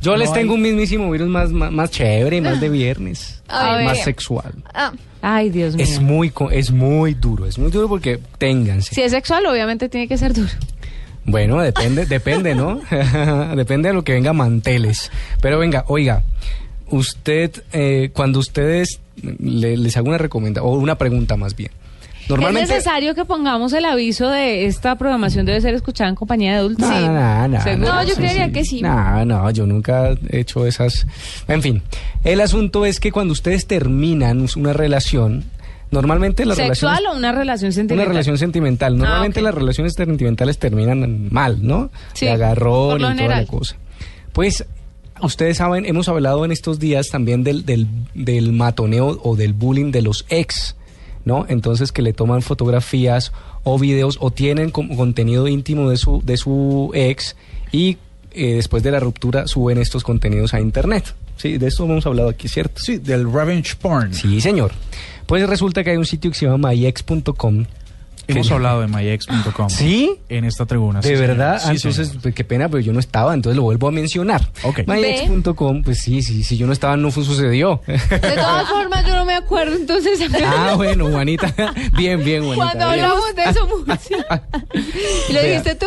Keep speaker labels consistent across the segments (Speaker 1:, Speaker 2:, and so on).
Speaker 1: Yo les tengo un mismísimo virus más, más, más chévere, más de viernes,
Speaker 2: A ver.
Speaker 1: más sexual.
Speaker 2: Ah,
Speaker 3: Ay, Dios mío.
Speaker 1: Es muy, co- es muy duro, es muy duro porque ténganse.
Speaker 2: si es sexual, obviamente tiene que ser duro.
Speaker 1: Bueno, depende, depende, ¿no? depende de lo que venga manteles. Pero venga, oiga, usted, eh, cuando ustedes, le- les hago una recomendación, o una pregunta más bien.
Speaker 3: ¿Es necesario que pongamos el aviso de esta programación debe ser escuchada en compañía de adultos?
Speaker 1: No, no, no, no,
Speaker 3: Seguro.
Speaker 2: No, yo creería que sí.
Speaker 1: No, no, yo nunca he hecho esas. En fin, el asunto es que cuando ustedes terminan una relación, normalmente las
Speaker 3: ¿Sexual
Speaker 1: relaciones.
Speaker 3: o una relación sentimental?
Speaker 1: Una relación sentimental. Normalmente
Speaker 2: Ah, ok.
Speaker 1: las relaciones sentimentales terminan mal, ¿no?
Speaker 2: Sí,
Speaker 1: De agarrón
Speaker 2: por lo
Speaker 1: y toda la
Speaker 2: general.
Speaker 1: cosa. Pues. Ustedes saben, hemos hablado en estos días también del, del, del matoneo o del bullying de los ex, ¿no? Entonces que le toman fotografías o videos o tienen como contenido íntimo de su, de su ex y eh, después de la ruptura suben estos contenidos a internet. Sí, de esto hemos hablado aquí, ¿cierto?
Speaker 4: Sí, del revenge porn.
Speaker 1: Sí, señor. Pues resulta que hay un sitio que se llama myex.com.
Speaker 4: Hemos
Speaker 1: que-
Speaker 4: hablado de myex.com.
Speaker 1: ¿Sí?
Speaker 4: En esta tribuna.
Speaker 1: De
Speaker 4: sí, señor.
Speaker 1: verdad,
Speaker 4: Sí,
Speaker 1: Ah, entonces,
Speaker 4: señor.
Speaker 1: pues, qué pena, pero yo no estaba, entonces lo vuelvo a mencionar.
Speaker 4: Ok.
Speaker 1: MyEx.com, pues sí, sí, si yo no estaba, no fue- sucedió.
Speaker 2: De todas formas, yo no me acuerdo, entonces.
Speaker 1: ah, bueno, Juanita. bien, bien, Juanita.
Speaker 2: Cuando
Speaker 1: bien.
Speaker 2: hablamos de eso, Murcia. ¿Lo
Speaker 1: Vea.
Speaker 2: dijiste tú?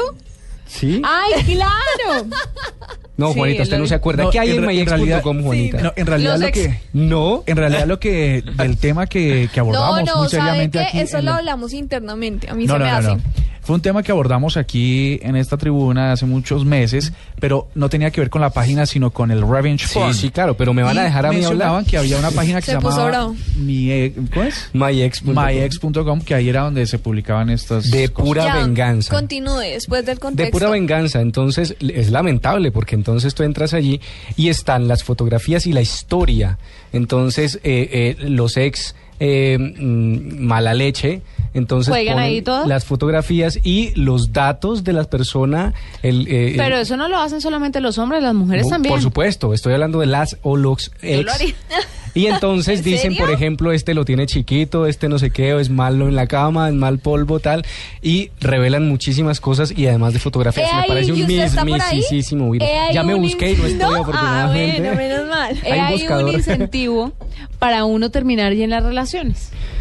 Speaker 1: ¿Sí?
Speaker 2: ¡Ay, claro!
Speaker 1: No,
Speaker 3: Ah, Sí,
Speaker 1: Juanita,
Speaker 3: él
Speaker 1: usted
Speaker 3: lo
Speaker 1: no se
Speaker 3: dijo.
Speaker 1: acuerda.
Speaker 4: No,
Speaker 1: ¿Qué hay
Speaker 4: en
Speaker 1: en,
Speaker 4: re- en
Speaker 1: MyEx.com,
Speaker 4: realidad-
Speaker 1: Juanita?
Speaker 4: No, en realidad
Speaker 2: Los
Speaker 4: lo
Speaker 2: ex.
Speaker 4: que.
Speaker 1: No.
Speaker 4: En realidad lo que. Del tema que, que
Speaker 2: No,
Speaker 4: abordamos
Speaker 2: no,
Speaker 4: muy
Speaker 2: ¿sabe
Speaker 4: seriamente
Speaker 2: qué?
Speaker 4: aquí.
Speaker 2: Eso
Speaker 4: en
Speaker 2: lo
Speaker 4: la-
Speaker 2: hablamos internamente. A mí
Speaker 4: No,
Speaker 2: se
Speaker 4: no,
Speaker 2: me
Speaker 4: no,
Speaker 2: hace.
Speaker 4: no. Fue un tema que abordamos aquí en esta tribuna hace muchos meses, pero no tenía que ver con la página, sino con el Revenge
Speaker 1: Sí,
Speaker 4: Porn.
Speaker 1: sí, claro, pero me van a
Speaker 4: Y
Speaker 1: dejar a mí hablar.
Speaker 4: mencionaban que había una página que
Speaker 2: Se
Speaker 4: se,
Speaker 2: puso
Speaker 4: llamaba
Speaker 2: bravo.
Speaker 4: Mi Ex- ¿cómo es?
Speaker 1: MyEx.com.
Speaker 4: myex.com, que ahí era donde se publicaban estas
Speaker 1: De
Speaker 4: cosas.
Speaker 1: pura venganza.
Speaker 2: Continúe después del contexto. Eh,
Speaker 1: De pura venganza, entonces l- es lamentable porque entonces tú entras allí y están las fotografías y la historia. Entonces eh, eh, los ex eh, mm, mala leche, entonces
Speaker 3: ¿Juegan
Speaker 1: ponen
Speaker 3: ahí todo?
Speaker 1: las fotografías y los datos de la persona. El, eh, el-
Speaker 3: Pero eso no lo hacen solamente los hombres, las mujeres
Speaker 1: Bu-
Speaker 3: también.
Speaker 1: Por supuesto, estoy hablando de las o los
Speaker 2: Yo
Speaker 1: ex.
Speaker 2: lo haría.
Speaker 1: Y entonces
Speaker 2: ¿En
Speaker 1: dicen,
Speaker 2: serio?
Speaker 1: por ejemplo, este lo tiene chiquito, este no sé qué, o es malo en la cama, es mal polvo, tal. Y revelan muchísimas cosas y además de fotografías.
Speaker 2: He
Speaker 1: me
Speaker 2: ahí,
Speaker 1: parece
Speaker 2: Eh, ¿y
Speaker 1: un
Speaker 2: usted está por ahí?
Speaker 1: mismísimo virus.
Speaker 2: He ahí
Speaker 1: Ya me
Speaker 2: un
Speaker 1: busqué y no
Speaker 2: in-
Speaker 1: estoy
Speaker 2: Ah,
Speaker 1: afortunadamente.
Speaker 2: bueno, menos mal.
Speaker 3: He
Speaker 1: Hay un
Speaker 3: ahí
Speaker 1: buscador.
Speaker 3: un incentivo para uno terminar bien las relaciones.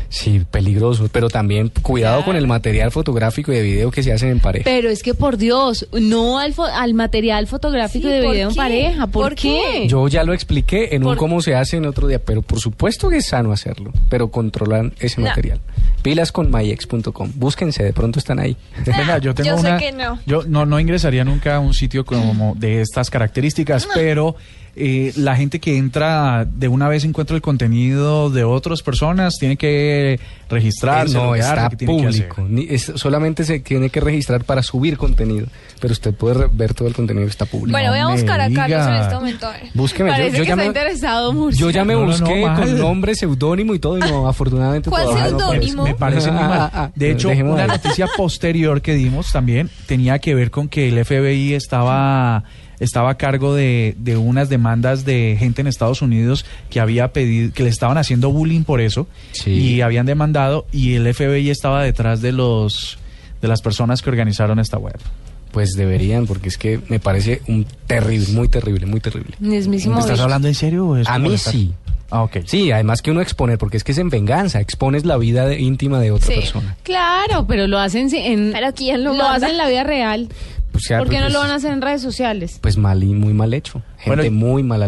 Speaker 1: Sí, peligroso, pero también cuidado con el material fotográfico y de video que se hacen en pareja.
Speaker 3: Pero es que por Dios, no al, fo- al material fotográfico
Speaker 2: Sí,
Speaker 3: de
Speaker 2: ¿por
Speaker 3: video en
Speaker 2: qué?
Speaker 3: pareja. ¿Por,
Speaker 2: ¿Por qué?
Speaker 3: qué?
Speaker 1: Yo ya lo expliqué en un
Speaker 3: Por-
Speaker 1: cómo se hace en otro día, pero por supuesto que es sano hacerlo, pero controlan ese
Speaker 2: No.
Speaker 1: material. Pilas con myex.com, búsquense, de pronto están ahí.
Speaker 4: Venga, yo tengo
Speaker 2: Ah, Yo sé
Speaker 4: una-
Speaker 2: que no. Mm.
Speaker 4: Yo no, no ingresaría nunca a un sitio como de estas características, pero eh, la gente que entra de una vez encuentra el contenido de otras personas, tiene que registrarse.
Speaker 1: Eh, no
Speaker 4: loguearse,
Speaker 1: está
Speaker 4: ¿qué tiene que hacer?
Speaker 1: público, ni- es- solamente se tiene que registrar para subir contenido, pero usted puede re- ver todo el contenido que está público.
Speaker 2: Bueno, voy a
Speaker 4: me
Speaker 2: buscar a Carlos en
Speaker 4: diga.
Speaker 2: este momento. a ver.
Speaker 1: Búsqueme, yo-
Speaker 3: Parece
Speaker 1: yo,
Speaker 3: que
Speaker 1: ya
Speaker 3: está
Speaker 1: me,
Speaker 3: interesado mucho.
Speaker 1: yo ya me
Speaker 4: No, no, no,
Speaker 1: busqué con
Speaker 4: mal.
Speaker 1: nombre, seudónimo y todo, y no, afortunadamente
Speaker 2: ¿Cuál
Speaker 1: todavía no aparece.
Speaker 2: seudónimo?
Speaker 4: pues, Me parece muy
Speaker 1: Ah, ah,
Speaker 4: mal.
Speaker 1: ah,
Speaker 4: De hecho,
Speaker 1: dejemos
Speaker 4: una
Speaker 1: ahí.
Speaker 4: noticia posterior que dimos también tenía que ver con que el FBI estaba estaba a cargo de, de unas demandas de gente en Estados Unidos que había pedido que le estaban haciendo bullying por eso
Speaker 1: Sí.
Speaker 4: y habían demandado y el FBI estaba detrás de los de las personas que organizaron esta web.
Speaker 1: Pues deberían, porque es que me parece un terrible, muy terrible, muy terrible.
Speaker 3: Mismísimo
Speaker 4: ¿Estás
Speaker 3: virus.
Speaker 4: hablando en serio? o es
Speaker 1: A mí
Speaker 4: molestar?
Speaker 1: sí.
Speaker 4: Ah, ok.
Speaker 1: Sí, además que uno expone, porque es que es en venganza, expones la vida de- íntima de otra
Speaker 2: Sí.
Speaker 1: persona.
Speaker 3: Claro, pero lo hacen si- en
Speaker 2: Pero ¿quién lo
Speaker 3: lo
Speaker 2: manda?
Speaker 3: hacen en la vida real.
Speaker 1: O sea,
Speaker 3: ¿Por qué no
Speaker 1: pues,
Speaker 3: lo van a hacer en redes sociales?
Speaker 1: Pues mal y muy mal hecho. Gente
Speaker 4: Bueno,
Speaker 1: muy mal